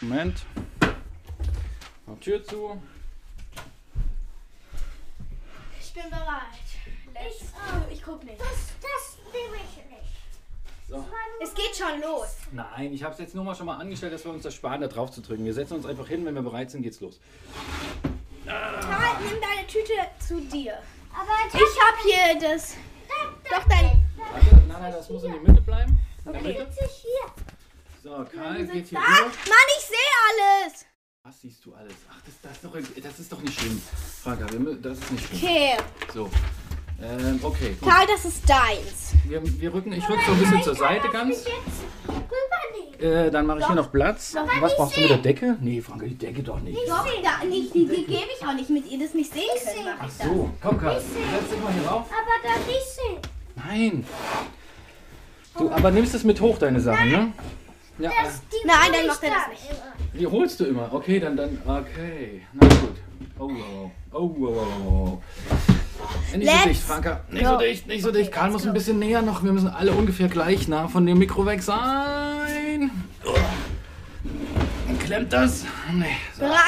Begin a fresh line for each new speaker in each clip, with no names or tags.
Moment. Mach Tür zu.
Ich bin bereit. Let's
Ich auch. Ich guck nicht.
das, das nehme ich nicht.
So.
Es geht schon los.
Nein, ich habe es jetzt nur mal schon mal angestellt, dass wir uns das sparen, da drauf zu drücken. Wir setzen uns einfach hin, wenn wir bereit sind, geht's los.
Karl, Halt, nimm deine Tüte zu dir.
Aber
Ich
das,
hab hier das. Doch, dein.
Warte, nein, nein, das muss in die Mitte bleiben. In der Mitte.
sitze ich hier.
So, Karl geht hier rüber.
Mann, ich sehe alles.
Was siehst du alles? Ach, das, das, ist, doch, das ist doch nicht schlimm. Franka, wir, mü- das ist nicht schlimm.
Okay.
So. Ähm, okay, gut.
Karl, das ist deins.
Wir, wir rücken, ich rück so ein bisschen zur Seite ganz.
Jetzt rübernehmen.
Äh, dann mache ich hier noch Platz. Was brauchst du mit der Decke? Nee, Franka, die Decke doch nicht.
Doch, da, nicht, die, die gebe ich auch nicht, mit ihr das nicht sehen können.
Ach
mach ich
so, komm Karl, setz dich mal hier rauf.
Aber da nicht sehen.
Nein. Du aber nimmst es mit hoch, deine Sachen, ne? Ja, äh,
Das, die
Nein, dann
will
macht
ich
er das
da
nicht.
immer.
die holst du immer. Okay, dann, dann, okay. Na gut. Oh, wow. Oh, wow, wow, wow. wow. Nicht
Let's
so dicht, Franka. Nicht so
go.
dicht, nicht so dicht. Karl muss ein bisschen näher noch. Wir müssen alle ungefähr gleich nah von dem Mikro weg sein. Klemmt das? Nee. So.
Bereit?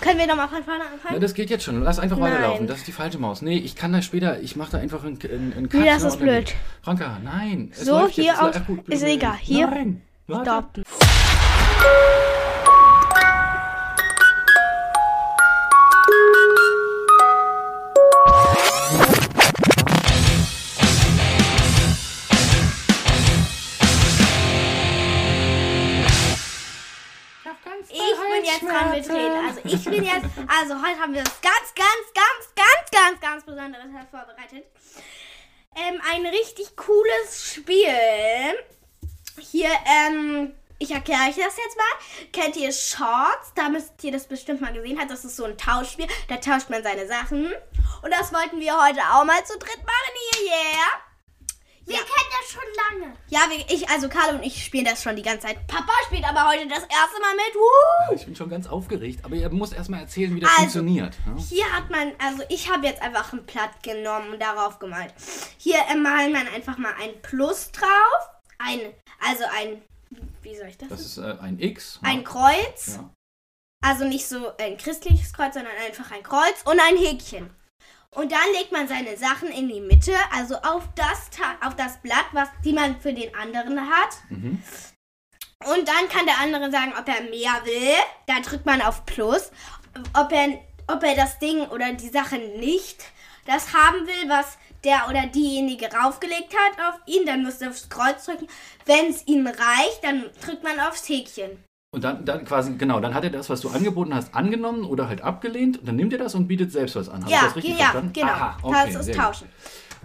Können wir nochmal von vorne
Ja,
anfangen?
das geht jetzt schon. Lass einfach
Nein.
weiterlaufen. Das ist die falsche Maus. Nee, ich kann da später. Ich mache da einfach einen, einen, einen Cut.
Nee, das
ne,
ist
und dann
blöd.
geht- Franka, nein. Es
So,
läuft jetzt.
hier
Es lä-
aus-
Ach gut,
ist
blöd.
egal. Hier.
Nein. Warte.
Stopp. Ich bin jetzt dran betreten. Also ich bin jetzt, also heute haben wir was ganz, ganz, ganz, ganz, ganz, ganz Besonderes vorbereitet. Ähm, ein richtig cooles Spiel. Hier, ähm, ich erkläre euch das jetzt mal. Kennt ihr Shorts? Da müsst ihr das bestimmt mal gesehen haben. Das ist so ein Tauschspiel. Da tauscht man seine Sachen. Und das wollten wir heute auch mal zu dritt machen hier. Yeah.
Wir
Ja.
kennen das schon lange.
Ja, wir- ich, also Karl und ich spielen das schon die ganze Zeit. Papa spielt aber heute das erste Mal mit. Woo!
Ich bin schon ganz aufgeregt. Aber ihr müsst erst mal erzählen, wie das
Also-
funktioniert. ne?
Hier hat man, also ich habe jetzt einfach ein Blatt genommen und darauf gemalt. Hier äh, malen man einfach mal ein Plus drauf. Ein, also ein, wie soll ich das?
Das ist äh, ein X. ne?
Ein Kreuz.
Ja.
Also nicht so ein christliches Kreuz, sondern einfach ein Kreuz und ein Häkchen. Und dann legt man seine Sachen in die Mitte, also auf das, Ta- auf das Blatt, was, die man für den anderen hat.
Mhm.
Und dann kann der andere sagen, ob er mehr will. Da drückt man auf Plus. Ob er, ob er das Ding oder die Sache nicht das haben will, was der oder diejenige raufgelegt hat auf ihn, dann müsst ihr aufs Kreuz drücken. Wenn es ihm reicht, dann drückt man aufs Häkchen.
Und dann, dann quasi, genau, dann hat er das, was du angeboten hast, angenommen oder halt abgelehnt. Und dann nimmt er das und bietet selbst was an. Habe ich
ja,
das richtig
ja,
verstanden?
genau.
Aha, okay,
das
sehr
ist
gut.
Tauschen.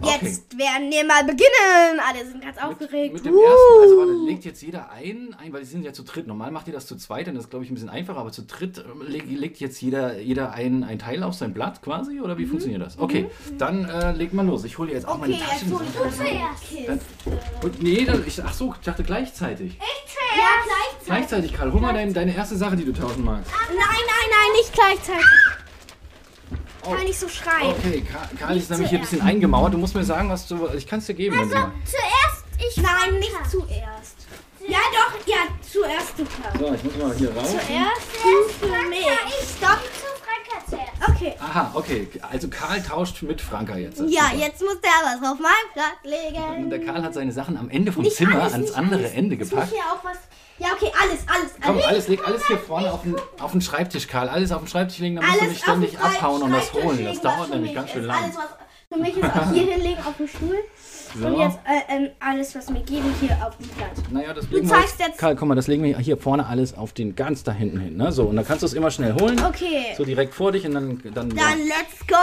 Okay.
Jetzt werden wir mal beginnen. Alle sind ganz aufgeregt.
Mit, mit dem ersten, also warte,
Uh.
legt jetzt jeder einen ein, weil sie sind ja zu dritt. Normal macht ihr das zu zweit, dann ist glaube ich ein bisschen einfacher, aber zu dritt ähm, leg, legt jetzt jeder, jeder einen, ein Teil auf sein Blatt quasi oder wie funktioniert das? Okay, dann äh, legt mal los. Ich hole jetzt auch
Mhm. Okay,
meine Taschen.
jetzt hol ich
Du zuerst.
Dann- Und nee, dann, ich, ach so, ich dachte gleichzeitig.
Ja, gleich.
Gleichzeitig, Karl, hol mal dein, deine erste Sache, die du tauschen magst.
Nein, nein, nein, nicht gleichzeitig.
Oh.
Kann nicht so schreien.
Okay, Karl, Karl ist nämlich hier ein bisschen eingemauert. Du musst mir sagen, was du. Ich kann es dir geben, wenn du
Also-
mal.
Zuerst ich.
Nein, nicht zuerst. Ja, doch, ja, zuerst du kannst.
So, ich muss mal hier raus.
Zuerst du
Zuerst
für mich.
Franka. Ich stopp zu Franka zuerst.
Okay.
Aha, okay. Also Karl tauscht mit Franka jetzt.
Ja,
Super.
jetzt muss der was auf mein Blatt legen.
Der Karl hat seine Sachen am Ende vom
Nicht
Zimmer
alles,
ans
nicht
andere
alles.
Ende
Jetzt muss
gepackt.
hier auch was. Ja, okay, alles, alles,
Komm,
alles.
alles leg alles hier vorne auf den, auf den Schreibtisch, Karl. Alles auf den Schreibtisch legen, dann musst du
Alles
nicht
auf den
ständig
Schreibtisch
abhauen und was
legen,
holen. Das
was
dauert
für
nämlich
mich
ganz schön
ist.
lang.
Alles, was für mich ist auch hier hinlegen auf dem Stuhl. Und jetzt
So.
äh, ähm, alles, was mir geben, hier auf dem Blatt.
Naja, das legen wir
zeigst
jetzt.
jetzt-
Karl, guck mal, das legen wir hier vorne alles auf den ganz da hinten hin. Ne? So, und dann kannst du es immer schnell holen.
Okay.
So direkt vor dich und dann. dann,
Dann let's go.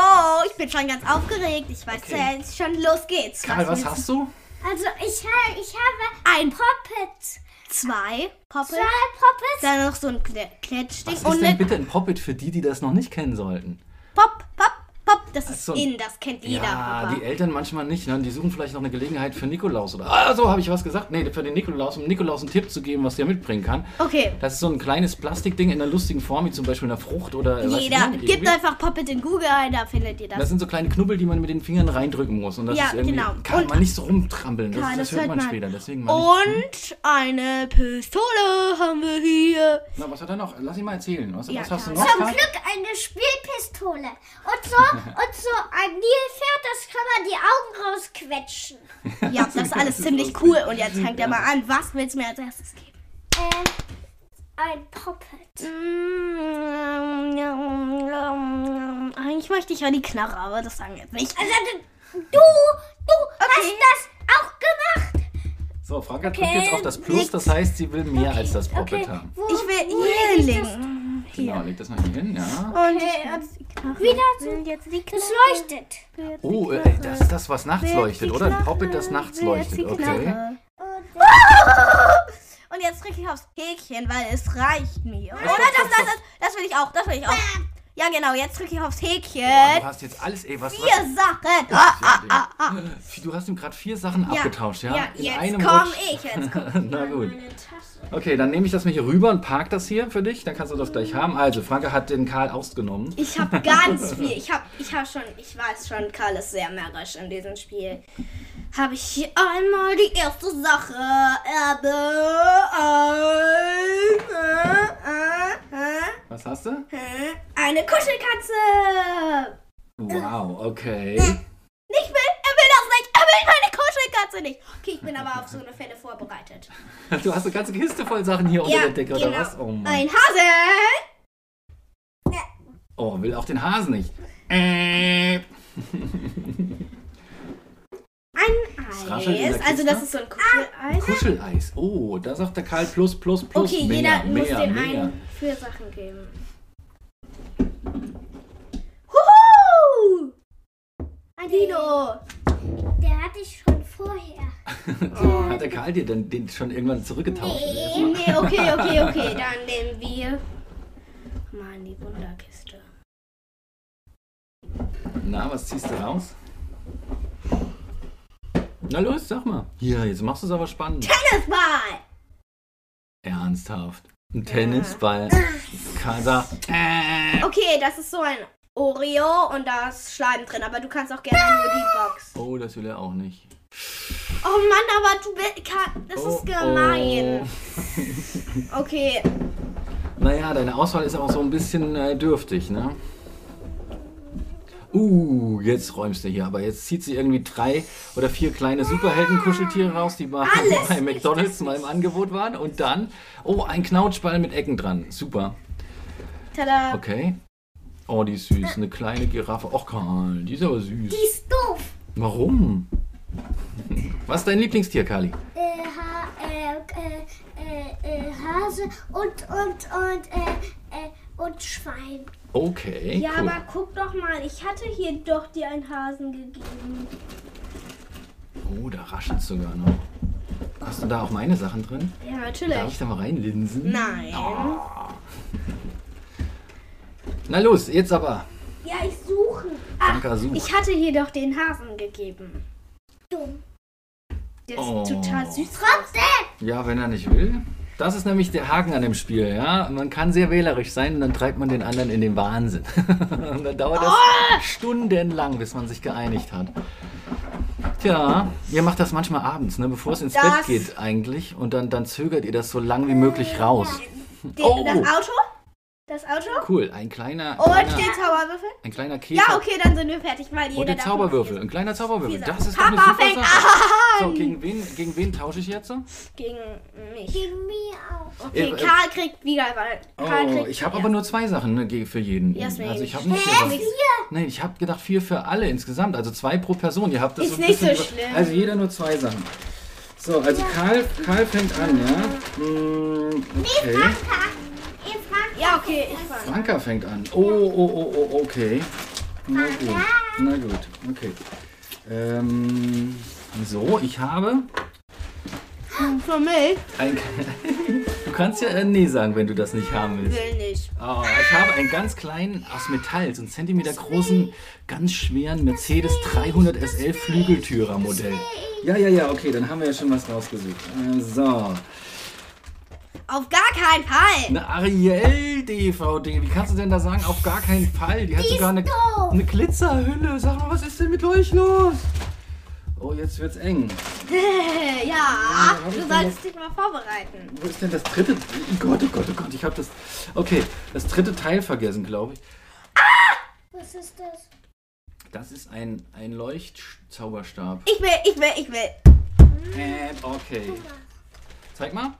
Ich bin schon ganz aufgeregt. Ich weiß
Okay.
ja jetzt schon, los geht's.
Karl, was
willst
hast du?
Also ich, ha- ich habe ein Poppet.
du? Zwei Poppel.
Zwei Poppets.
Dann noch so ein Klä- Klettstich
Was
und
ist denn
eine
bitte ein Poppet für die, die das noch nicht kennen sollten?
Pop, Pop, Pop, das ist
so.
in, das kennt jeder.
Ja,
Papa.
die Eltern manchmal nicht. Ne? Die suchen vielleicht noch eine Gelegenheit für Nikolaus oder. Ah, so habe ich was gesagt. Nee, für den Nikolaus, um Nikolaus einen Tipp zu geben, was der mitbringen kann.
okay.
Das ist so ein kleines Plastikding in einer lustigen Form, wie zum Beispiel einer Frucht oder. äh, weiß ich
Jeder.
nicht,
Gebt
irgendwie.
einfach Puppet in Google ein, da findet ihr das.
Das sind so kleine Knubbel, die man mit den Fingern reindrücken muss. Und das
Ja,
ist irgendwie,
genau.
kann
Und-
man nicht so rumtrampeln. Das,
Nein,
das,
das
hört
hört
man
man. Oh.
später. Deswegen mal nicht-
Und eine Pistole haben wir hier.
Na, was hat er noch? Lass ihn mal erzählen. Was,
Ja,
was hast du
klar.
noch?
Zum
Karl?
Glück eine Spielpistole. Und so, und so ein Nilpferd, das kann man die Augen rausquetschen.
Ja, das ist alles ziemlich cool. Und jetzt fängt er mal an. Was willst du mir als erstes geben?
Ähm, ein Poppet.
Eigentlich möchte ich ja die Knarre, aber das sagen wir jetzt nicht.
Also, du, du hast das auch gemacht.
So, Franka drückt jetzt auf das Plus. Das heißt, sie will mehr als das Poppet haben.
Wo,
Oh, Ich will
wo
hier
leg ich das?
legen.
Genau, leg das mal hier hin. Ja.
Und
Okay,
ich will die Knarre.
Wieder
will jetzt die
Das
Knarre.
leuchtet.
will jetzt die
Oh,
Knarre.
äh, das ist das, was nachts
Will jetzt die
leuchtet, oder? Ein
Knarre.
Poppet, das nachts
Will jetzt die
leuchtet. Okay.
Knarre.
Und
Und jetzt drücke ich aufs Häkchen, weil es reicht mir. Oder
stopp,
das,
stopp,
das,
stopp.
das, das will ich auch, das will ich auch. Ja, genau, jetzt drücke ich aufs
Boah, du
Häkchen.
hast jetzt alles, ey, was. was
Äh, Vier Sachen. Ah, ah, ah, ah.
du hast ihm gerade vier Sachen abgetauscht, ja?
ja
In
jetzt
einem
komm
Rutsch.
ich. Jetzt komm.
Na gut.
meine Tasse.
Okay, dann nehme ich das mal hier rüber und park das hier für dich. Dann kannst du das gleich haben. Also, Franka hat den Karl ausgenommen.
Ich habe ganz viel. Ich habe ich hab schon, ich weiß schon, Karl ist sehr mürrisch in diesem Spiel. Habe ich hier einmal die erste Sache. Erbe. Äh,
Was hast du?
äh, äh, äh, eine Kuschelkatze.
Wow, okay.
Ich will, er will das nicht. Er will meine Kuschelkatze nicht. Okay, ich bin aber auf so eine Fälle vorbereitet.
Du hast eine ganze Kiste voll Sachen hier unter der Decke,
genau.
oder was? Oh Mann.
Ein Hase.
Oh, will auch den Hasen nicht. Äh.
Ein
raschelt in
Eis.
der
Also das
Kiste?
ist so ein Kuscheleis.
Kuscheleis. Oh, da sagt der Karl plus, plus, plus.
Okay,
mehr,
jeder
mehr,
muss den
mehr.
einen für Sachen geben. Huhu! Ein Dino.
Der hatte ich schon vorher.
Hat der Karl dir denn den schon irgendwann zurückgetauscht?
Nee.
Nee, okay, okay, okay. Dann nehmen wir mal in die Wunderkiste.
Na, was ziehst du raus? Na los, sag mal. Hier, jetzt machst du es aber spannend.
Tennisball.
Ernsthaft. Ein Tennisball. Karl sagt, äh.
Okay, das ist so ein Oreo und da ist Schleim drin, aber du kannst auch gerne nur die Box.
Oh, das will er auch nicht.
Oh Mann, aber du bist. Ka- Das
oh,
ist gemein.
Oh.
Okay.
Naja, deine Auswahl ist auch so ein bisschen äh, dürftig, ne? Uh, jetzt räumst du hier, aber jetzt zieht sie irgendwie drei oder vier kleine Superhelden-Kuscheltiere raus, die bei,
Alles
bei McDonalds mal im Angebot waren. Und dann, oh, ein Knautschball mit Ecken dran. Super,
Tada.
okay. Oh, die ist süß, eine kleine Giraffe. Och, Karl, die ist aber süß.
Die ist doof.
Warum? Was ist dein Lieblingstier, Kali?
äh, ha, äh, äh, äh, äh, Hase und und und äh, äh, und Schwein.
Okay,
Ja,
cool.
aber guck doch mal, ich hatte hier doch dir einen Hasen gegeben.
Oh, da raschelt sogar noch. Hast du da auch meine Sachen drin?
Ja,
Darf
natürlich.
ich da mal reinlinsen?
Nein.
Na los, jetzt aber.
Ja, ich suche.
Ach,
Anka sucht.
ich hatte hier doch den Hasen gegeben.
Dumm.
Der ist
Oh.
total süß.
Trotzdem.
Ja, wenn er nicht will. Das ist nämlich der Haken an dem Spiel, ja. Man kann sehr wählerisch sein und dann treibt man den anderen in den Wahnsinn. und dann dauert das
Ah!
stundenlang, bis man sich geeinigt hat. Tja, ihr macht das manchmal abends, ne, bevor es ins
Das- Oh
Bett geht eigentlich. Und dann, dann zögert ihr das so lang wie möglich raus.
Den,
Oh.
Das Auto? Das Auto?
Cool, ein kleiner,
Und
kleiner,
den Zauberwürfel?
ein kleiner Käfer.
Ja, okay, dann sind wir fertig, weil jeder
Und den
darf
Zauberwürfel, ein kleiner Zauberwürfel.
Dieser.
Das ist doch eine
Papa
super
fängt
Sache. So, gegen wen, gegen wen tausche ich jetzt?
Gegen mich.
Gib mir auch.
Okay,
Äh, äh,
Karl kriegt wieder, weil Karl
Oh,
kriegt
ich habe aber nur zwei Sachen ne, ge- für jeden.
Ja, ist mir
also ich
ähnlich.
habe nicht
Hä?
vier.
Vier?
Nee, ich habe gedacht vier für alle insgesamt, also zwei pro Person. Ihr habt das
Ist
so ein
nicht
bisschen
so
über-
schlimm.
Also jeder nur zwei Sachen. So, also Karl, Karl fängt an, ja. Mm, okay.
Ihr fragt
Ja, okay, ich fang.
Franka fängt an. Oh, oh, oh, oh, okay. Na gut. Na gut, okay. Ähm, so, ich habe
Für mich?
ein. du kannst ja äh, nee sagen, wenn du das nicht haben willst.
Will nicht.
Oh, ich habe einen ganz kleinen, aus Metall, so einen Zentimeter großen, ganz schweren Mercedes 300 SL Flügeltürer-Modell. Ja, ja, ja, okay, dann haben wir ja schon was rausgesucht. Äh, So,
Auf gar keinen Fall.
eine Ariel-DVD. Wie kannst du denn da sagen, auf gar keinen Fall? Die hat sogar eine,
doof.
eine Glitzerhülle. Sag mal, was ist denn mit euch los? Oh, jetzt wird's eng.
ja,
hab ich
du
denn
solltest dich mal vorbereiten.
Wo ist denn das dritte? Oh Gott, oh Gott, oh Gott, ich habe das. Okay, das dritte Teil vergessen, glaube ich.
Was ist das?
Das ist ein, ein Leuchtzauberstab.
Ich will, ich will, ich will.
Äh, okay. Zeig mal.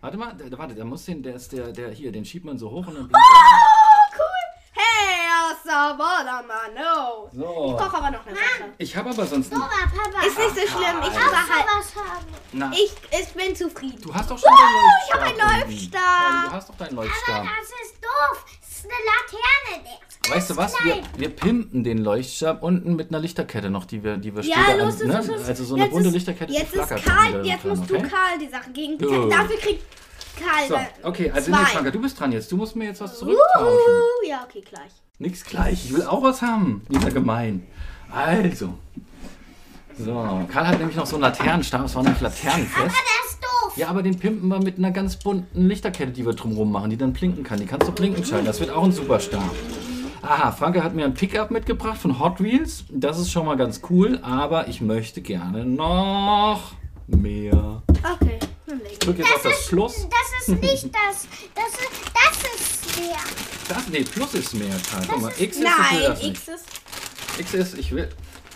Warte mal, da, warte, da muss den, der ist der, der hier, den schiebt man so hoch und dann blinkt
Oh, cool. Hey, Sabala, no.
er. So.
Doch, aber noch eine Sache.
Ich habe aber sonst nicht.
Papa, Papa.
Ist nicht so schlimm. Ich
Ah.
halt überhalte.
was haben?
Na,
Ich, ich bin zufrieden.
du hast doch schon deinen Leuchtstab.
ich hab einen
unten.
Leuchtstab. Ah,
Ja, Du hast doch deinen Leuchtstab.
Das ist doof. Das ist eine Laterne. Der-
Weißt du was? Wir, wir pimpen den Leuchtstab unten mit einer Lichterkette noch, die wir, die wir
Ja,
später
los,
an,
los, los,
ne?
los.
Also so eine
Jetzt
bunte
ist-
Lichterkette. die
Jetzt ist
flackert dann
Karl,
wieder
jetzt
dran,
musst du
okay?
Karl die Sachen gegen.
Jo.
Dafür kriegt Karl.
So,
dann
okay, also
äh, zwei.
nee, Franka, du bist dran jetzt. Du musst mir jetzt was zurücktauschen.
Uh, ja, okay, gleich.
Nix gleich. Ich will auch was haben. Dieser gemein. Also. So, Karl hat nämlich noch so einen Laternenstab. Das war nämlich Laternenfest.
Ah, das ist doof.
Ja, aber den pimpen wir mit einer ganz bunten Lichterkette, die wir drumherum machen, die dann blinken kann. Die kannst du blinken schalten. Das wird auch ein Superstar. Aha, Franke hat mir ein Pickup mitgebracht von Hot Wheels. Das ist schon mal ganz cool, aber ich möchte gerne noch mehr.
Okay, dann leg.
Drück jetzt auf das Plus.
Das ist nicht das. Das ist, das ist der.
Das, nee, Plus ist mehr, Karl. Guck mal, X ist ich will
Nein,
das nicht.
X ist.
XS, ich will.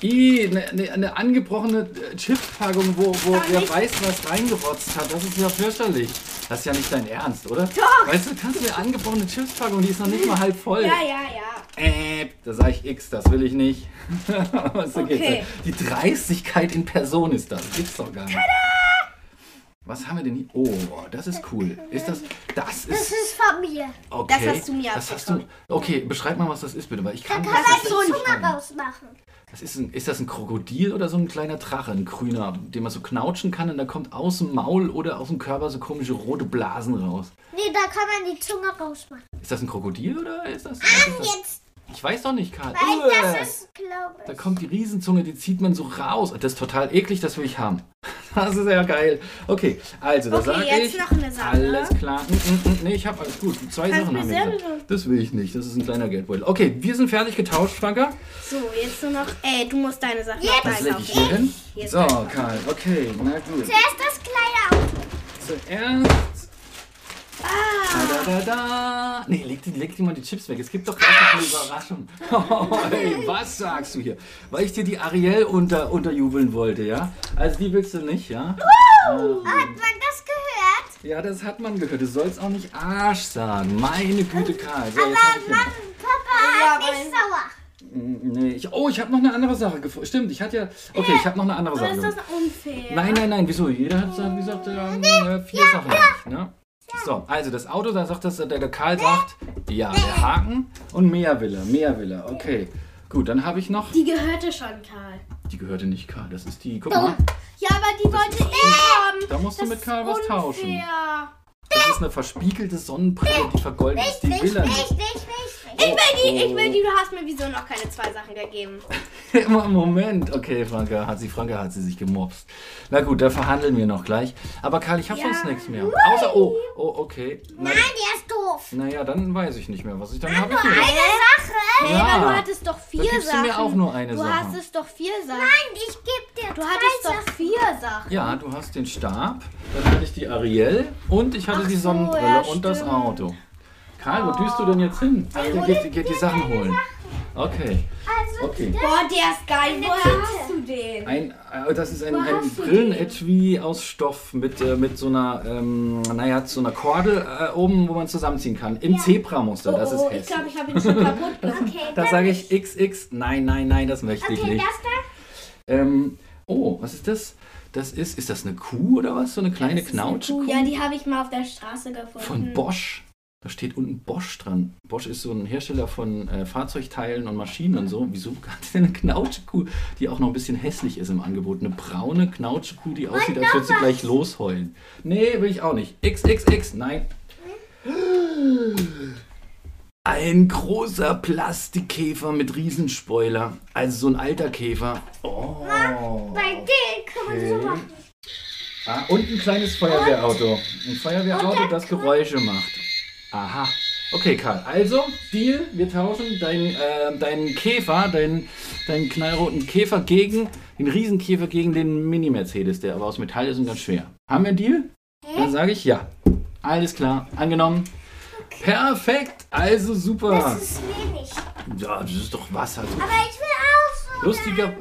I, eine ne, ne angebrochene äh, Chipspackung, wo, wo
Doch
wer
nicht.
weiß, was reingerotzt hat. Das ist ja fürchterlich. Das ist ja nicht dein Ernst, oder?
Doch.
Weißt du, kannst du eine angebrochene Chipspackung, die ist noch nicht mal halb voll.
Ja, ja, ja.
Äh, da sage ich X, das will ich nicht. Was so geht's
Okay.
halt. Die Dreistigkeit in Person ist das. Gibt's doch gar nicht. Was haben wir denn hier? Oh, das ist cool. Ist das. Das
Das
ist.
ist von mir.
Okay.
hast du mir
Das hast du. Okay, beschreib mal, was das ist, bitte, weil ich kann
Kann man
das
halt
die
jetzt nicht
Zunge
beschreiben.
rausmachen?
Das ist, ein, ist das ein Krokodil oder so ein kleiner Drache, ein grüner, den man so knautschen kann und da kommt aus dem Maul oder aus dem Körper so komische rote Blasen raus?
Nee, da kann man die Zunge rausmachen.
Ist das ein Krokodil oder ist das? was ist das?
Jetzt,
Ich weiß doch nicht, Karl.
weil
Uäh.
das ist, glaube
Da
ich.
kommt die Riesenzunge, die zieht man so raus. Das ist total eklig, das will ich haben. Das ist ja geil. Okay, also, da
Okay,
sag
jetzt
ich,
noch eine Sache. ne?
Alles klar. Mm, mm, mm. Nee, ich habe alles gut. Zwei
Kannst
Sachen
mir
haben
selber
wir gesagt. Das will ich nicht. Das ist ein kleiner Geldbeutel. Okay, wir sind fertig getauscht, Franka.
So, jetzt nur noch. Ey, du musst deine Sachen
Jetzt.
Das
gleich
lege ich hier
aufnehmen.
hin.
Jetzt
So, Karl, okay, na gut.
Zuerst das kleine Auto.
Zuerst. Da, da, da, da. Nee, leg, die- leg dir mal die Chips weg. Es gibt doch einfach eine Überraschung. Oh, ey, was sagst du hier? Weil ich dir die Ariel unter, unterjubeln wollte, ja? Also die willst du nicht, ja?
Hat man das gehört?
Ja, das hat man gehört. Du sollst auch nicht Arsch sagen. Meine Güte Karl. So, jetzt hab ich den-
Papa
Ja,
hat
weil-
nicht sauer.
Mm, nee, ich, oh, ich habe noch eine andere Sache gefunden. Stimmt, ich hatte ja. Okay, ich habe noch eine andere
Aber
Sache.
ist das
gefunden.
unfair?
Nein, nein, nein, wieso? Jeder hat so- wie gesagt, ähm, äh, vier Sachen. Ne? So, also das Auto, da sagt das, der der Karl sagt, ja, der Haken und Meerwille, Meerwille, okay. Gut, dann habe ich noch,
Die gehörte schon, Karl.
die gehörte nicht Karl, das ist die, guck mal,
Ja, aber die wollte ich haben.
da musst du mit Karl was tauschen.
Unfair.
Das ist eine verspiegelte Sonnenbrille, die vergoldet ist, die
Nicht,
will er
nicht,
nicht.
nicht, nicht,
Ich
nicht.
will die, ich
Oh.
will die. Du hast mir wieso noch keine zwei Sachen gegeben?
Moment, okay, Franka hat sie, Franka hat sie sich gemobst. Na gut, da verhandeln wir noch gleich. Aber Karl, ich habe
Ja.
sonst nichts mehr. Außer, oh, oh, okay. Na,
Nein, der ist doof.
naja, dann weiß ich nicht mehr, was ich dann habe. Ich wieder.
Eine Sache.
Hey,
Ja.
aber du hattest doch vier
Da gibst du
Sachen.
mir auch nur eine
du
Sache.
hast es doch vier Sachen.
Nein, ich gebe dir
du
zwei
hattest
Sachen.
doch vier Sachen.
Ja, du hast den Stab, dann hatte ich die Ariel und ich hatte die
so,
Sonnenbrille
ja,
und das
stimmt. Äh,
Auto. Karl, wo düst du denn jetzt hin? Ach, der geht, geht die Sachen holen. Okay,
Also,
okay.
Boah, der ist geil. Woher hast du den?
Ein, äh, das ist ein, ein Brillenetui aus Stoff mit, äh, mit so einer, ähm, naja, so einer Kordel äh, oben, wo man zusammenziehen kann. Im Zebramuster, das ist
oh, ich
hässlich.
glaube, ich habe ihn schon kaputt gemacht.
okay.
Da sage ich XX, nein, nein, nein, das möchte ich
Okay,
nicht.
das da?
Ähm, oh, was ist das? Das ist, ist das eine Kuh oder was? So eine kleine Knautsche?
Ja, die habe ich mal auf der Straße gefunden.
Von Bosch. Da steht unten Bosch dran. Bosch ist so ein Hersteller von äh, Fahrzeugteilen und Maschinen und so. Wieso hat die denn eine Knautschkuh, die auch noch ein bisschen hässlich ist im Angebot? Eine braune Knautschkuh, die aussieht, als würde sie gleich losheulen. Nee, will ich auch nicht. XXX, nein. Ein großer Plastikkäfer mit Riesenspoiler. Also so ein alter Käfer. Oh.
Bei dem kann man so
Okay.
machen.
Ah, und ein kleines Feuerwehrauto. Ein Feuerwehrauto, das Geräusche macht. Aha. Okay, Karl. Also, Deal, wir tauschen deinen, äh, deinen Käfer, deinen, deinen knallroten Käfer gegen, den Riesenkäfer gegen den Mini-Mercedes, der aber aus Metall ist und ganz schwer. Haben wir einen Deal? Dann sage ich ja. Alles klar, angenommen. Perfekt, also super.
Das ist wenig.
Ja, das ist doch was. Also.
Aber ich will auch so. eine
Lustiger-
andere.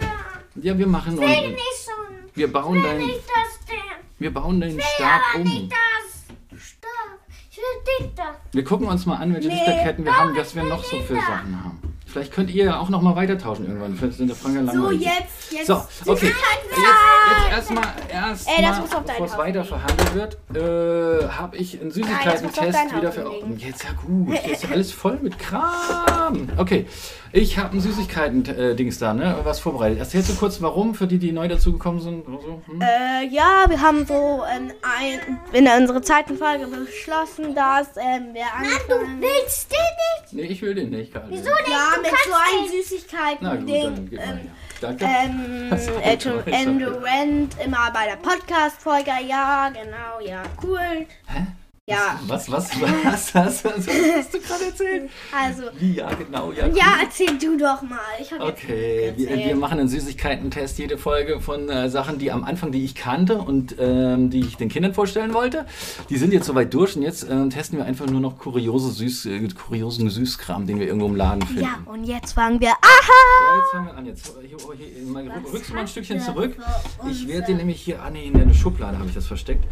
Ja, wir machen
Ich will
und
nicht so. ein-
wir bauen deinen,
Nicht das denn.
wir bauen deinen
Ich will
Stab
aber
um.
nicht das. Stopp. Ich will dich da.
Wir gucken uns mal an, welche
Nee.
Lichterketten wir haben, dass wir noch so für Sachen haben. Vielleicht könnt ihr ja auch noch mal weitertauschen irgendwann. Vielleicht sind der Franka
So,
langweilig.
jetzt, jetzt.
Oh So, okay. Jetzt, jetzt erstmal,
Ey, das
erstmal,
muss auf deinen
bevor es
Haufen
weiter
liegen.
verhandelt wird, äh, habe ich einen
musst du auf
Süßigkeiten-Test
deinen
wieder
Haufen
für.
legen.
Jetzt ja gut, hier ist ja alles voll mit Kram. Okay, ich habe einen Süßigkeiten-Dings da, ne? Was vorbereitet. Erzählst du kurz, warum, für die, die neu dazugekommen sind oder so? Hm?
Äh, ja, wir haben so in, ein, in unserer zweiten Folge beschlossen, dass ähm, wir angefangen
Willst du nicht?
Nee, ich will den nicht, Karl. Wieso
ja,
Du
mit
kannst
so einem
Na gut, dann
Süßigkeiten-Ding
gib mal Also, her. Danke.
ähm,
Das ist ein
äh, schon
Kreuz, okay.
Endurant immer bei der Podcast-Folge. Ja, genau, ja, cool.
Hä?
Ja,
Was, was, was, was, was, was hast du gerade erzählt?
also,
Wie, ja, genau, ja.
ja, erzähl du doch mal. Ich hab
Okay, wir,
jetzt genug
wir
erzählt.
machen einen Süßigkeiten-Test jede Folge von äh, Sachen, die am Anfang, die ich kannte und ähm, die ich den Kindern vorstellen wollte. Die sind jetzt soweit durch und jetzt ähm, testen wir einfach nur noch kuriose Süß, äh, kuriosen Süßkram, den wir irgendwo im Laden finden.
Ja, und jetzt fangen wir. Aha!
Ja, jetzt fangen wir an. Jetzt oh, hier, oh, hier, mal,
Was
rückst du mal ein
hat
Stückchen
der
zurück.
für
Ich
uns,
werde
äh,
den nämlich hier, ah nee, in der Schublade habe ich das versteckt.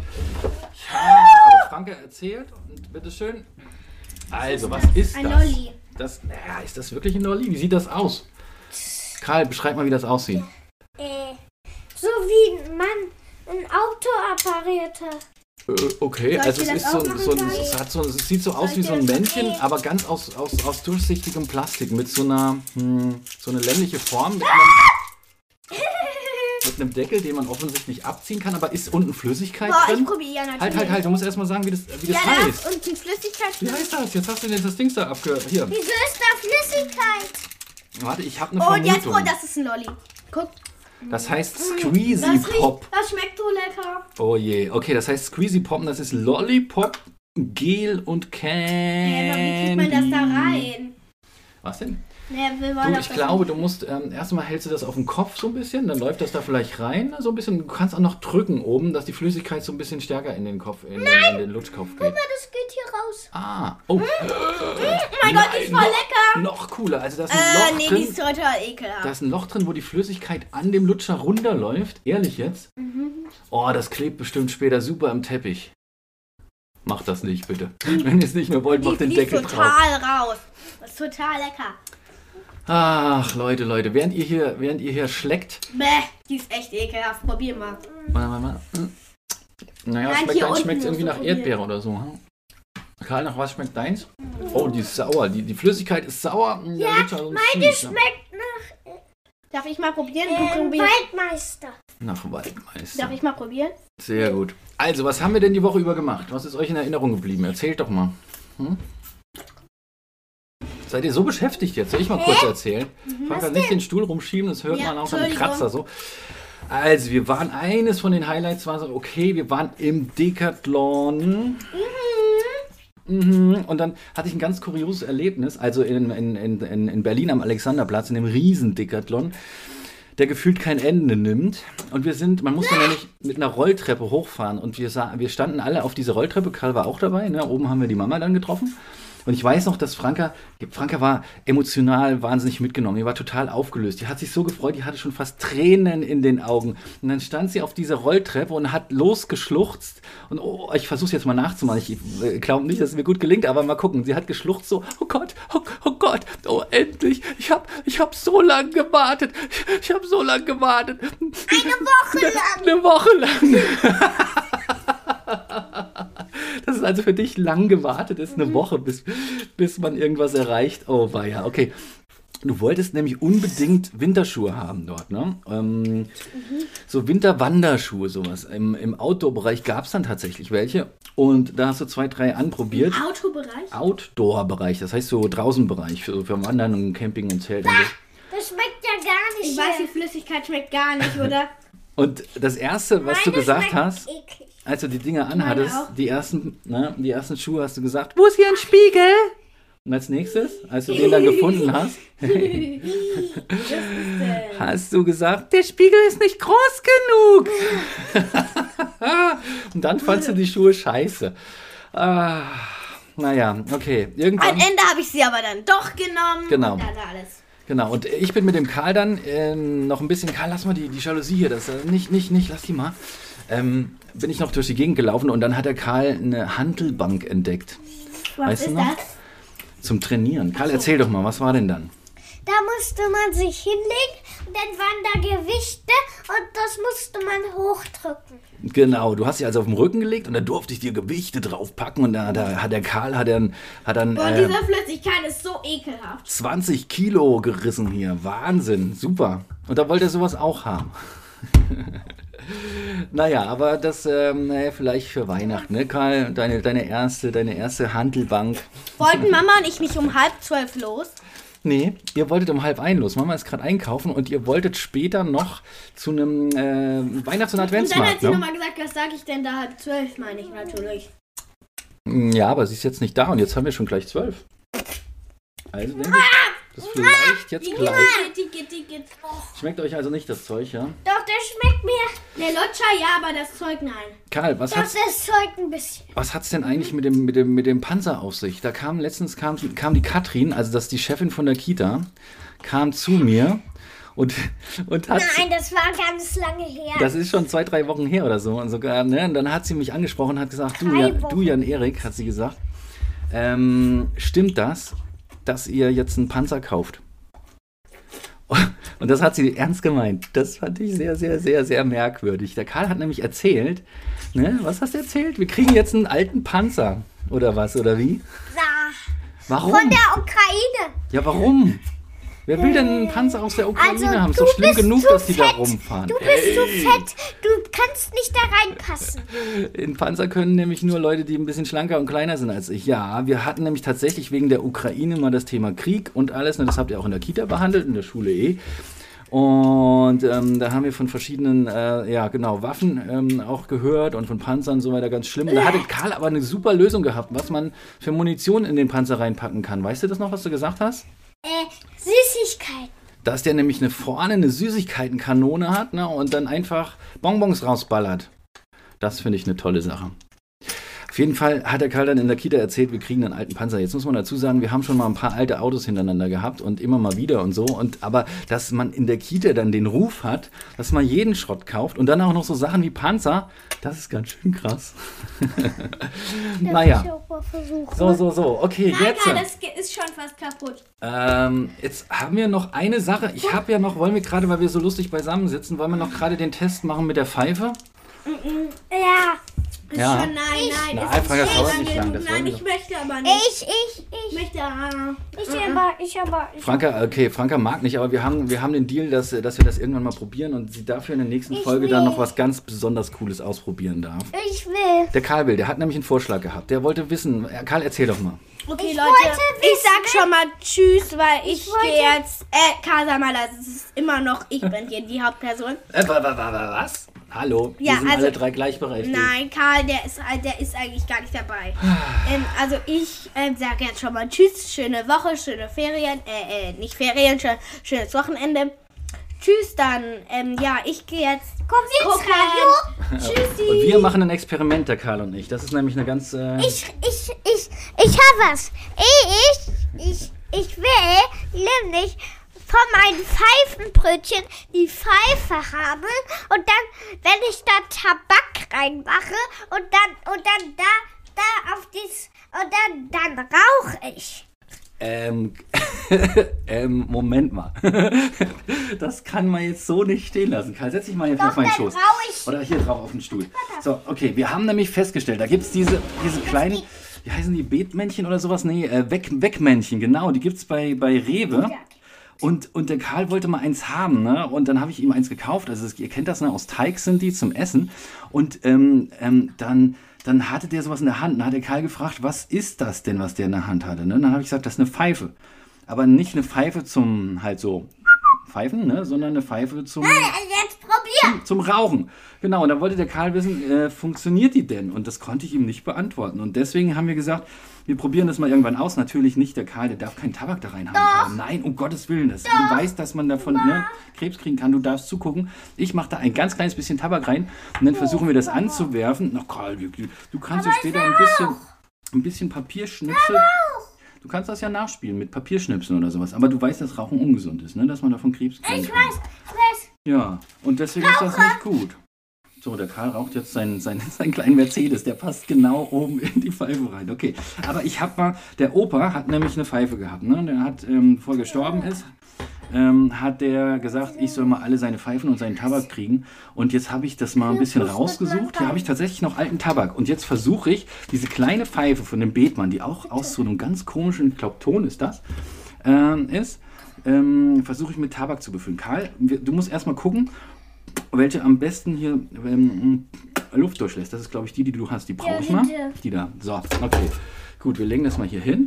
Ich habe Franke erzählt und bitteschön. Also, was ist
Ein
das?
Lolli.
Das, naja, ist das wirklich ein Lolli? Wie sieht das aus? Karl, beschreib mal, wie das aussieht.
Äh, so wie ein Mann ein Auto appariert hat.
Äh, okay,
ich
also es,
dir das
ist so,
auch
ein-
machen,
so, ein,
Karl?
es, hat so, ein- es sieht so aus
ich
wie
dir
so ein
das-
Männchen,
Nee.
aber ganz aus, aus, aus durchsichtigem Plastik mit so einer, hm, so eine ländliche Form. Mit einem, mit einem Deckel, den man offensichtlich abziehen kann, aber ist unten Flüssigkeit
Boah, ich
drin?
probiere ja natürlich.
Halt, halt, halt, du musst erst mal sagen, wie das, wie das
Ja, da
heißt.
ist unten Flüssigkeit
Wie
drin.
heißt das? Jetzt hast du denn das Ding da abgehört. Hier,
Wieso ist da Flüssigkeit?
warte, ich habe eine
Und jetzt,
Vermutung.
oh, das ist ein Lolli. Guck.
das heißt Squeezy
Das, riecht,
Pop.
das schmeckt so lecker.
Oh je. Okay, das heißt Squeezy Pop, und das ist Lollipop, Gel und
Hey, aber wie
Candy.
kriegt man das da rein?
Was denn?
Nee, wir wollen
Du,
das
ich
doch
glaube, du musst ähm, erstmal hältst du das auf den Kopf so ein bisschen, dann läuft das da vielleicht rein, ne, so ein bisschen. Du kannst auch noch drücken oben, dass die Flüssigkeit so ein bisschen stärker in den Kopf, in, den, in den Lutschkopf geht.
Das geht hier raus.
Ah, oh.
Hm? Oh mein Gott, die ist voll
Nein,
lecker.
Noch cooler. Also das ist
Äh,
ein Loch
nee, die
drin.
ist total ekelhaft.
Da ist ein Loch drin, wo die Flüssigkeit an dem Lutscher runterläuft. Ehrlich jetzt?
Mhm.
Oh, das klebt bestimmt später super im Teppich. Macht das nicht, bitte. Wenn ihr es nicht mehr wollt, macht
Hm. die
den
fließt
Deckel drauf.
total raus. Das ist total lecker.
Ach, Leute, Leute, während ihr hier, während ihr hier schleckt.
Bäh, die ist echt ekelhaft. Probier mal.
Warte, warte, warte. Hm. Naja,
Nein,
schmeckt
hier
deins
unten
schmeckt irgendwie
musst du
nach Erdbeere oder so. Hm? Karl, nach was schmeckt deins? Oh, die ist sauer. Die, die Flüssigkeit ist sauer. Hm, Ja, meine
Schmeckt nach äh,
Darf ich mal probieren? Du
ähm,
probierst.
Waldmeister.
Nach Waldmeister.
Darf ich mal probieren?
Sehr gut. Also, was haben wir denn die Woche über gemacht? Was ist euch in Erinnerung geblieben? Erzählt doch mal. Hm? Seid ihr so beschäftigt jetzt? Soll ich mal kurz erzählen? Frank kann nicht den Stuhl rumschieben, das hört
Mhm. Ja,
man auch am
Entschuldigung.
Kratzer so. Also, wir waren, eines von den Highlights war so, okay, wir waren im Decathlon. Mhm. Und dann hatte ich ein ganz kurioses Erlebnis, also in, in, in, in in Berlin am Alexanderplatz, in dem Riesendecathlon der gefühlt kein Ende nimmt. Und wir sind, man muss ja nämlich mit einer Rolltreppe hochfahren. Und wir, sah, wir standen alle auf dieser Rolltreppe. Karl war auch dabei. Ne? Oben haben wir die Mama dann getroffen. Und ich weiß noch, dass Franka, Franka war emotional wahnsinnig mitgenommen. Die war total aufgelöst. Die hat sich so gefreut, die hatte schon fast Tränen in den Augen. Und dann stand sie auf dieser Rolltreppe und hat losgeschluchzt. Und oh, ich versuche jetzt mal nachzumachen. Ich äh, glaube nicht, dass es mir gut gelingt, aber mal gucken. Sie hat geschluchzt so, oh Gott, oh, oh Gott, oh endlich. Ich habe ich hab so lange gewartet. Ich, ich habe so lange gewartet. Eine Woche lang. Eine Woche lang. Das es also für dich lang gewartet ist, eine Woche, bis, bis man irgendwas erreicht. Oh, war ja, okay. Du wolltest nämlich unbedingt Winterschuhe haben dort, ne? Ähm, So Winterwanderschuhe, sowas. Im, im Outdoor-Bereich gab es dann tatsächlich welche. Und da hast du zwei, drei anprobiert.
Autobereich?
Outdoor-Bereich, das heißt so Draußenbereich, für, für Wandern und Camping und Zelt. Und, so.
Das schmeckt ja gar nicht.
Ich weiß,
hier.
die Flüssigkeit schmeckt gar nicht, oder?
und das Erste, was du
Meine
gesagt
schmeckt
hast,
Eklig.
als du die Dinger anhattest,
auch.
die ersten, ne, die ersten Schuhe, hast du gesagt, wo ist hier ein Spiegel? Und als nächstes, als du den dann gefunden hast, hast du gesagt, der Spiegel ist nicht groß genug. Und dann fandst du die Schuhe scheiße. Ah, naja, okay.
Am
Irgendwann,
Ende habe ich sie aber dann doch genommen.
Genau.
Und dann alles.
genau. Und ich bin mit dem Karl dann ähm, noch ein bisschen, Karl, lass mal die, die Jalousie hier, das, äh, nicht, nicht, nicht, lass die mal. Ähm, bin ich noch durch die Gegend gelaufen und dann hat der Karl eine Hantelbank entdeckt
Was
Weißt du
ist
noch?
das?
zum Trainieren. Karl, erzähl doch mal, was war denn dann?
Da musste man sich hinlegen, und dann waren da Gewichte und das musste man hochdrücken.
Genau, du hast sie also auf den Rücken gelegt und da durfte ich dir Gewichte draufpacken und da, da hat der Karl hat dann, hat dann
Und
äh,
diese Flüssigkeit ist so ekelhaft.
20 Kilo gerissen hier. Wahnsinn, super. Und da wollte er sowas auch haben. naja, aber das, ähm, naja, vielleicht für Weihnachten, ne, Karl? Deine, deine erste, deine erste Handelbank.
Wollten Mama und ich nicht um halb zwölf los?
Nee, ihr wolltet um halb ein los. Mama ist gerade einkaufen und ihr wolltet später noch zu einem äh, Weihnachts- und
Und dann hat
Adventsmarkt,
sie
ne?
nochmal gesagt, was sage ich denn da halb zwölf, meine ich natürlich.
Ja, aber sie ist jetzt nicht da und jetzt haben wir schon gleich zwölf. Also denke ich, das ist vielleicht jetzt gleich.
Gitti, gitti, gitti. Och.
Schmeckt euch also nicht das Zeug, ja?
Doch, das schmeckt mir.
Der Lutscher, ja, aber das Zeug, nein.
Karl, was hat's,
Das ist Zeug ein bisschen.
was hat's denn eigentlich mit dem, mit, dem, mit dem Panzer auf sich? Da kam letztens kam, kam die Katrin, also das ist die Chefin von der Kita, kam zu mir und, und hat.
Nein, das war ganz lange her.
Das ist schon zwei, drei Wochen her oder so. Und, sogar, ne? und dann hat sie mich angesprochen und hat gesagt, du,
Drei
Jan,
Wochen.
du Jan Erik, hat sie gesagt, ähm, stimmt das, dass ihr jetzt einen Panzer kauft? Und das hat sie ernst gemeint. Das fand ich sehr, sehr, sehr, sehr merkwürdig. Der Karl hat nämlich erzählt, ne, was hast du erzählt? Wir kriegen jetzt einen alten Panzer. Oder was, oder wie?
Da.
Warum?
Von der Ukraine.
Ja, warum? Wer will denn einen Panzer aus der Ukraine
Also,
haben? Ist
du
doch schlimm
bist
genug,
zu
dass die da
fett.
rumfahren.
Du bist zu fett. Du kannst nicht da reinpassen.
In Panzer können nämlich nur Leute, die ein bisschen schlanker und kleiner sind als ich. Ja, wir hatten nämlich tatsächlich wegen der Ukraine mal das Thema Krieg und alles. ne, Das habt ihr auch in der Kita behandelt, in der Schule eh. Und ähm, da haben wir von verschiedenen, äh, ja genau, Waffen ähm, auch gehört und von Panzern und so weiter ganz schlimm. Und da hatte Karl aber eine super Lösung gehabt, was man für Munition in den Panzer reinpacken kann. Weißt du das noch, was du gesagt hast?
Äh, Süßigkeit.
Dass der nämlich eine vorne eine Süßigkeitenkanone hat ne, und dann einfach Bonbons rausballert. Das finde ich eine tolle Sache. Auf jeden Fall hat der Karl dann in der Kita erzählt, wir kriegen einen alten Panzer. Jetzt muss man dazu sagen, wir haben schon mal ein paar alte Autos hintereinander gehabt und immer mal wieder und so. Und aber dass man in der Kita dann den Ruf hat, dass man jeden Schrott kauft und dann auch noch so Sachen wie Panzer, das ist ganz schön krass.
Ich
naja.
auch mal versuchen.
So, so, so. Okay, jetzt.
Alter, das ge- ist schon fast kaputt.
Ähm, jetzt haben wir noch eine Sache. Ich habe ja noch, wollen wir gerade, weil wir so lustig beisammen sitzen, wollen wir noch gerade den Test machen mit der Pfeife?
Ja.
Ist
Ja.
schon, nein, nein.
Nein,
es ist
Frank, das
schon
dauert
lange
nicht lang, das wollen
genug. Nein,
wir
ich möchte aber nicht.
Ich, ich,
Ich
ich.
möchte äh,
Ich aber, ich aber. Ich
Franka, okay, Franka mag nicht, aber wir haben, wir haben den Deal, dass, dass wir das irgendwann mal probieren und sie dafür in der nächsten
Ich
Folge dann
will.
noch was ganz besonders Cooles ausprobieren darf.
Ich will.
Der Karl will, der hat nämlich einen Vorschlag gehabt. Der wollte wissen, äh, Karl, erzähl doch mal.
Okay,
Ich
Leute,
wollte
ich sag
wissen-
schon mal Tschüss, weil ich, gehe
wollte-
jetzt. Äh, Kasamala, das ist immer noch, ich bin hier die Hauptperson.
Äh, wa- wa- wa- wa- was? Hallo?
Ja,
wir sind
also-
alle drei gleichberechtigt.
Nein, Karl, der ist, äh, der ist eigentlich gar nicht dabei. ähm, also ich ähm, sage jetzt schon mal Tschüss, schöne Woche, schöne Ferien, äh, äh, nicht Ferien, schö schönes Wochenende. Tschüss dann. Ähm, ja, ich gehe jetzt. Komm
Ins Radio.
Und wir machen ein Experiment, der Karl und ich. Das ist nämlich eine ganz. Äh,
Ich, ich, ich, ich hab was. Ich, ich, ich will nämlich von meinen Pfeifenbrötchen die Pfeife haben und dann, wenn ich da Tabak reinmache und dann, und dann da, da auf dies, und dann, dann rauche ich.
Ähm, ähm, Moment mal. Das kann man jetzt so nicht stehen lassen. Karl, setz dich mal jetzt auf meinen
dann
Schoß.
brauch ich-
Oder hier drauf auf den Stuhl. So, okay, wir haben nämlich festgestellt, da gibt es diese, diese kleinen, wie heißen die, Beetmännchen oder sowas? Nee, äh, Weck, Weckmännchen, genau, die gibt es bei, bei Rewe. Und, und der Karl wollte mal eins haben, ne? Und dann habe ich ihm eins gekauft. Also, das, ihr kennt das, ne? Aus Teig sind die zum Essen. Und ähm, ähm, dann, dann hatte der sowas in der Hand. Und dann hat der Karl gefragt, was ist das denn, was der in der Hand hatte? Ne? Und dann habe ich gesagt, das ist eine Pfeife. Aber nicht eine Pfeife zum halt so Pfeifen, ne? Sondern eine Pfeife zum
Jetzt probier.
zum Rauchen. Genau, und da wollte der Karl wissen, äh, funktioniert die denn? Und das konnte ich ihm nicht beantworten. Und deswegen haben wir gesagt, wir probieren das mal irgendwann aus. Natürlich nicht der Karl, der darf keinen Tabak da reinhaben. Nein, um Gottes Willen. Das, du weißt, dass man davon ne, Krebs kriegen kann. Du darfst zugucken. Ich mache da ein ganz kleines bisschen Tabak rein und dann versuchen wir das anzuwerfen. Na Karl, du, du du kannst ja später ein bisschen, ein bisschen Papierschnipsel... Du kannst das ja nachspielen mit Papierschnipseln oder sowas. Aber du weißt, dass Rauchen ungesund ist, ne? dass man davon Krebs kriegen kann.
Was?
Ja, und deswegen ist das nicht gut. So, der Karl raucht jetzt seinen, seinen, seinen kleinen Mercedes. Der passt genau oben in die Pfeife rein. Okay, aber ich hab mal, der Opa hat nämlich eine Pfeife gehabt. Ne? Der hat, ähm, bevor er gestorben ist, ähm, hat der gesagt, ich soll mal alle seine Pfeifen und seinen Tabak kriegen. Und jetzt habe ich das mal ein bisschen rausgesucht. Hier habe ich tatsächlich noch alten Tabak. Und jetzt versuche ich, diese kleine Pfeife von dem Bethmann, die auch aus so einem ganz komischen, ich glaub, Ton ist das, ähm, ist, ähm, versuche ich mit Tabak zu befüllen. Karl, wir, du musst erstmal gucken, welche am besten hier ähm, Luft durchlässt. Das ist, glaube ich, die, die du hast. Die brauche ich mal. Die da. So, okay. Gut, wir legen das mal hier hin.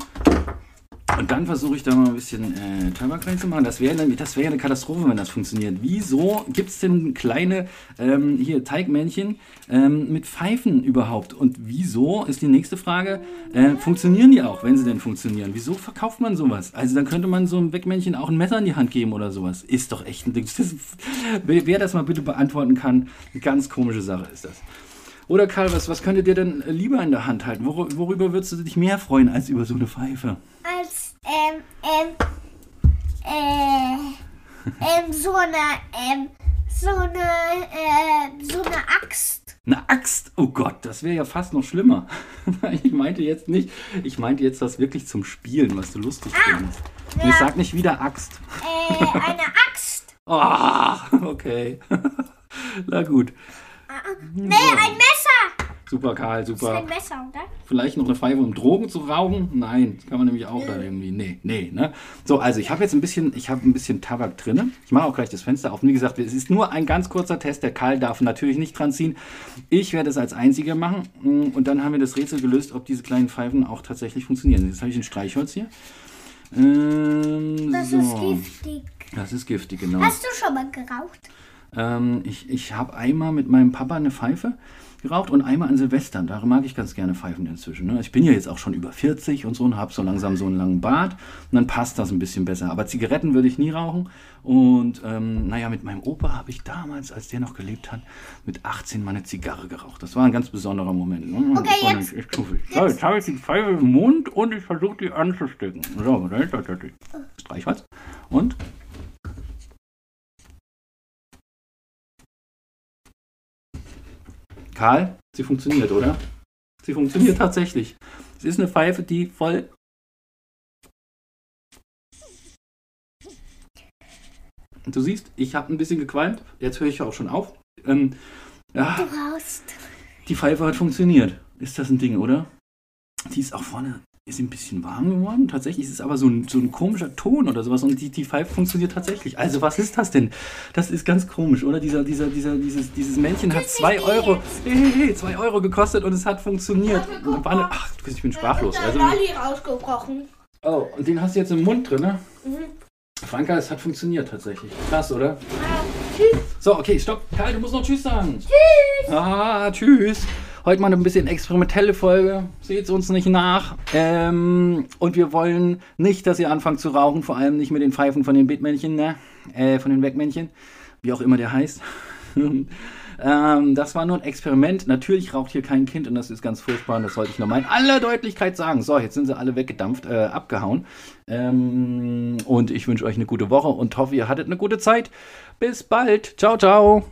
Und dann versuche ich da mal ein bisschen äh, Tabak reinzumachen. Das wäre nämlich- das wäre ja eine Katastrophe, wenn das funktioniert. Wieso gibt es denn kleine ähm, hier Teigmännchen ähm, mit Pfeifen überhaupt? Und wieso ist die nächste Frage, äh, funktionieren die auch, wenn sie denn funktionieren? Wieso verkauft man sowas? Also dann könnte man so einem Wegmännchen auch ein Messer in die Hand geben oder sowas. Ist doch echt ein Ding. Das ist, wer wer das mal bitte beantworten kann, eine ganz komische Sache ist das. Oder Karl, was, was könntet ihr denn lieber in der Hand halten? Wor worüber würdest du dich mehr freuen als über so eine Pfeife?
Als, ähm, ähm, äh, ähm, so eine, ähm, so eine, ähm, so eine Axt.
Eine Axt? Oh Gott, das wäre ja fast noch schlimmer. ich meinte jetzt nicht, ich meinte jetzt das wirklich zum Spielen, was du lustig findest. Nee,
ja.
sag nicht wieder Axt.
Äh, eine Axt.
Ah, okay. Na gut.
Nee, ein Messer.
Super, Karl, super.
Ein Messer, oder?
Vielleicht noch eine Pfeife, um Drogen zu rauchen? Nein, das kann man nämlich auch dann irgendwie. Nee, nee, ne? So, also ich habe jetzt ein bisschen, ich habe ein bisschen Tabak drin. Ich mache auch gleich das Fenster auf. Und Wie gesagt, es ist nur ein ganz kurzer Test. Der Karl darf natürlich nicht dran ziehen. Ich werde es als einziger machen. Mm, Und dann haben wir das Rätsel gelöst, ob diese kleinen Pfeifen auch tatsächlich funktionieren. Jetzt habe ich ein Streichholz hier. Ähm,
Das
so.
ist giftig.
Das ist giftig, genau.
Hast du schon mal geraucht?
Ähm, ich ich habe einmal mit meinem Papa eine Pfeife geraucht und einmal an Silvestern. Da mag ich ganz gerne Pfeifen inzwischen. Ne? Ich bin ja jetzt auch schon über 40 und so und habe so langsam so einen langen Bart. Und dann passt das ein bisschen besser. Aber Zigaretten würde ich nie rauchen. Und ähm, naja, mit meinem Opa habe ich damals, als der noch gelebt hat, mit 18 meine Zigarre geraucht. Das war ein ganz besonderer Moment. Ne?
Okay,
Das war
jetzt-
nämlich echt zufällig. So, jetzt habe ich die Pfeife im Mund und ich versuche die anzustecken. So, da ist das natürlich. Streichholz. Und? Karl, sie funktioniert, oder? Sie funktioniert tatsächlich. Es ist eine Pfeife, die voll. Und Du siehst, ich habe ein bisschen gequalmt. Jetzt höre ich auch schon auf. Ähm, ja,
Du rauchst.
die Pfeife hat funktioniert. Ist das ein Ding, oder? Die ist auch vorne. Ist ein bisschen warm geworden. Tatsächlich ist es aber so ein, so ein komischer Ton oder sowas. Und die, die Pfeife funktioniert tatsächlich. Also, was ist das denn? Das ist ganz komisch, oder? Dieser, dieser, dieser, dieses, dieses Männchen hat zwei Euro. Hey, hey, hey, zwei Euro gekostet und es hat funktioniert. Und war eine, ach, ich bin sprachlos. Also,
Lolli rausgebrochen.
oh, und den hast du jetzt im Mund drin, ne? Franka, es hat funktioniert tatsächlich. Krass, oder? So, okay, stopp. Kai, du musst noch Tschüss sagen. Tschüss. Ah, tschüss. Heute mal ein bisschen experimentelle Folge. Seht uns nicht nach. Ähm, und wir wollen nicht, dass ihr anfangt zu rauchen, vor allem nicht mit den Pfeifen von den Bettmännchen, ne? Äh, von den Wegmännchen, wie auch immer der heißt. ähm, das war nur ein Experiment. Natürlich raucht hier kein Kind und das ist ganz furchtbar und das sollte ich nochmal in aller Deutlichkeit sagen. So, jetzt sind sie alle weggedampft, äh, abgehauen. Ähm, und ich wünsche euch eine gute Woche und hoffe, ihr hattet eine gute Zeit. Bis bald. Ciao, ciao.